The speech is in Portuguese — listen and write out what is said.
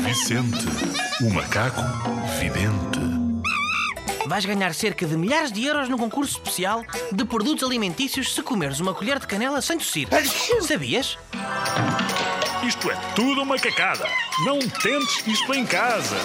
Vicente, o macaco vidente. Vais ganhar cerca de milhares de euros num concurso especial de produtos alimentícios se comeres uma colher de canela sem tossir. Sabias? Isto é tudo uma cacada. Não tentes isto em casa.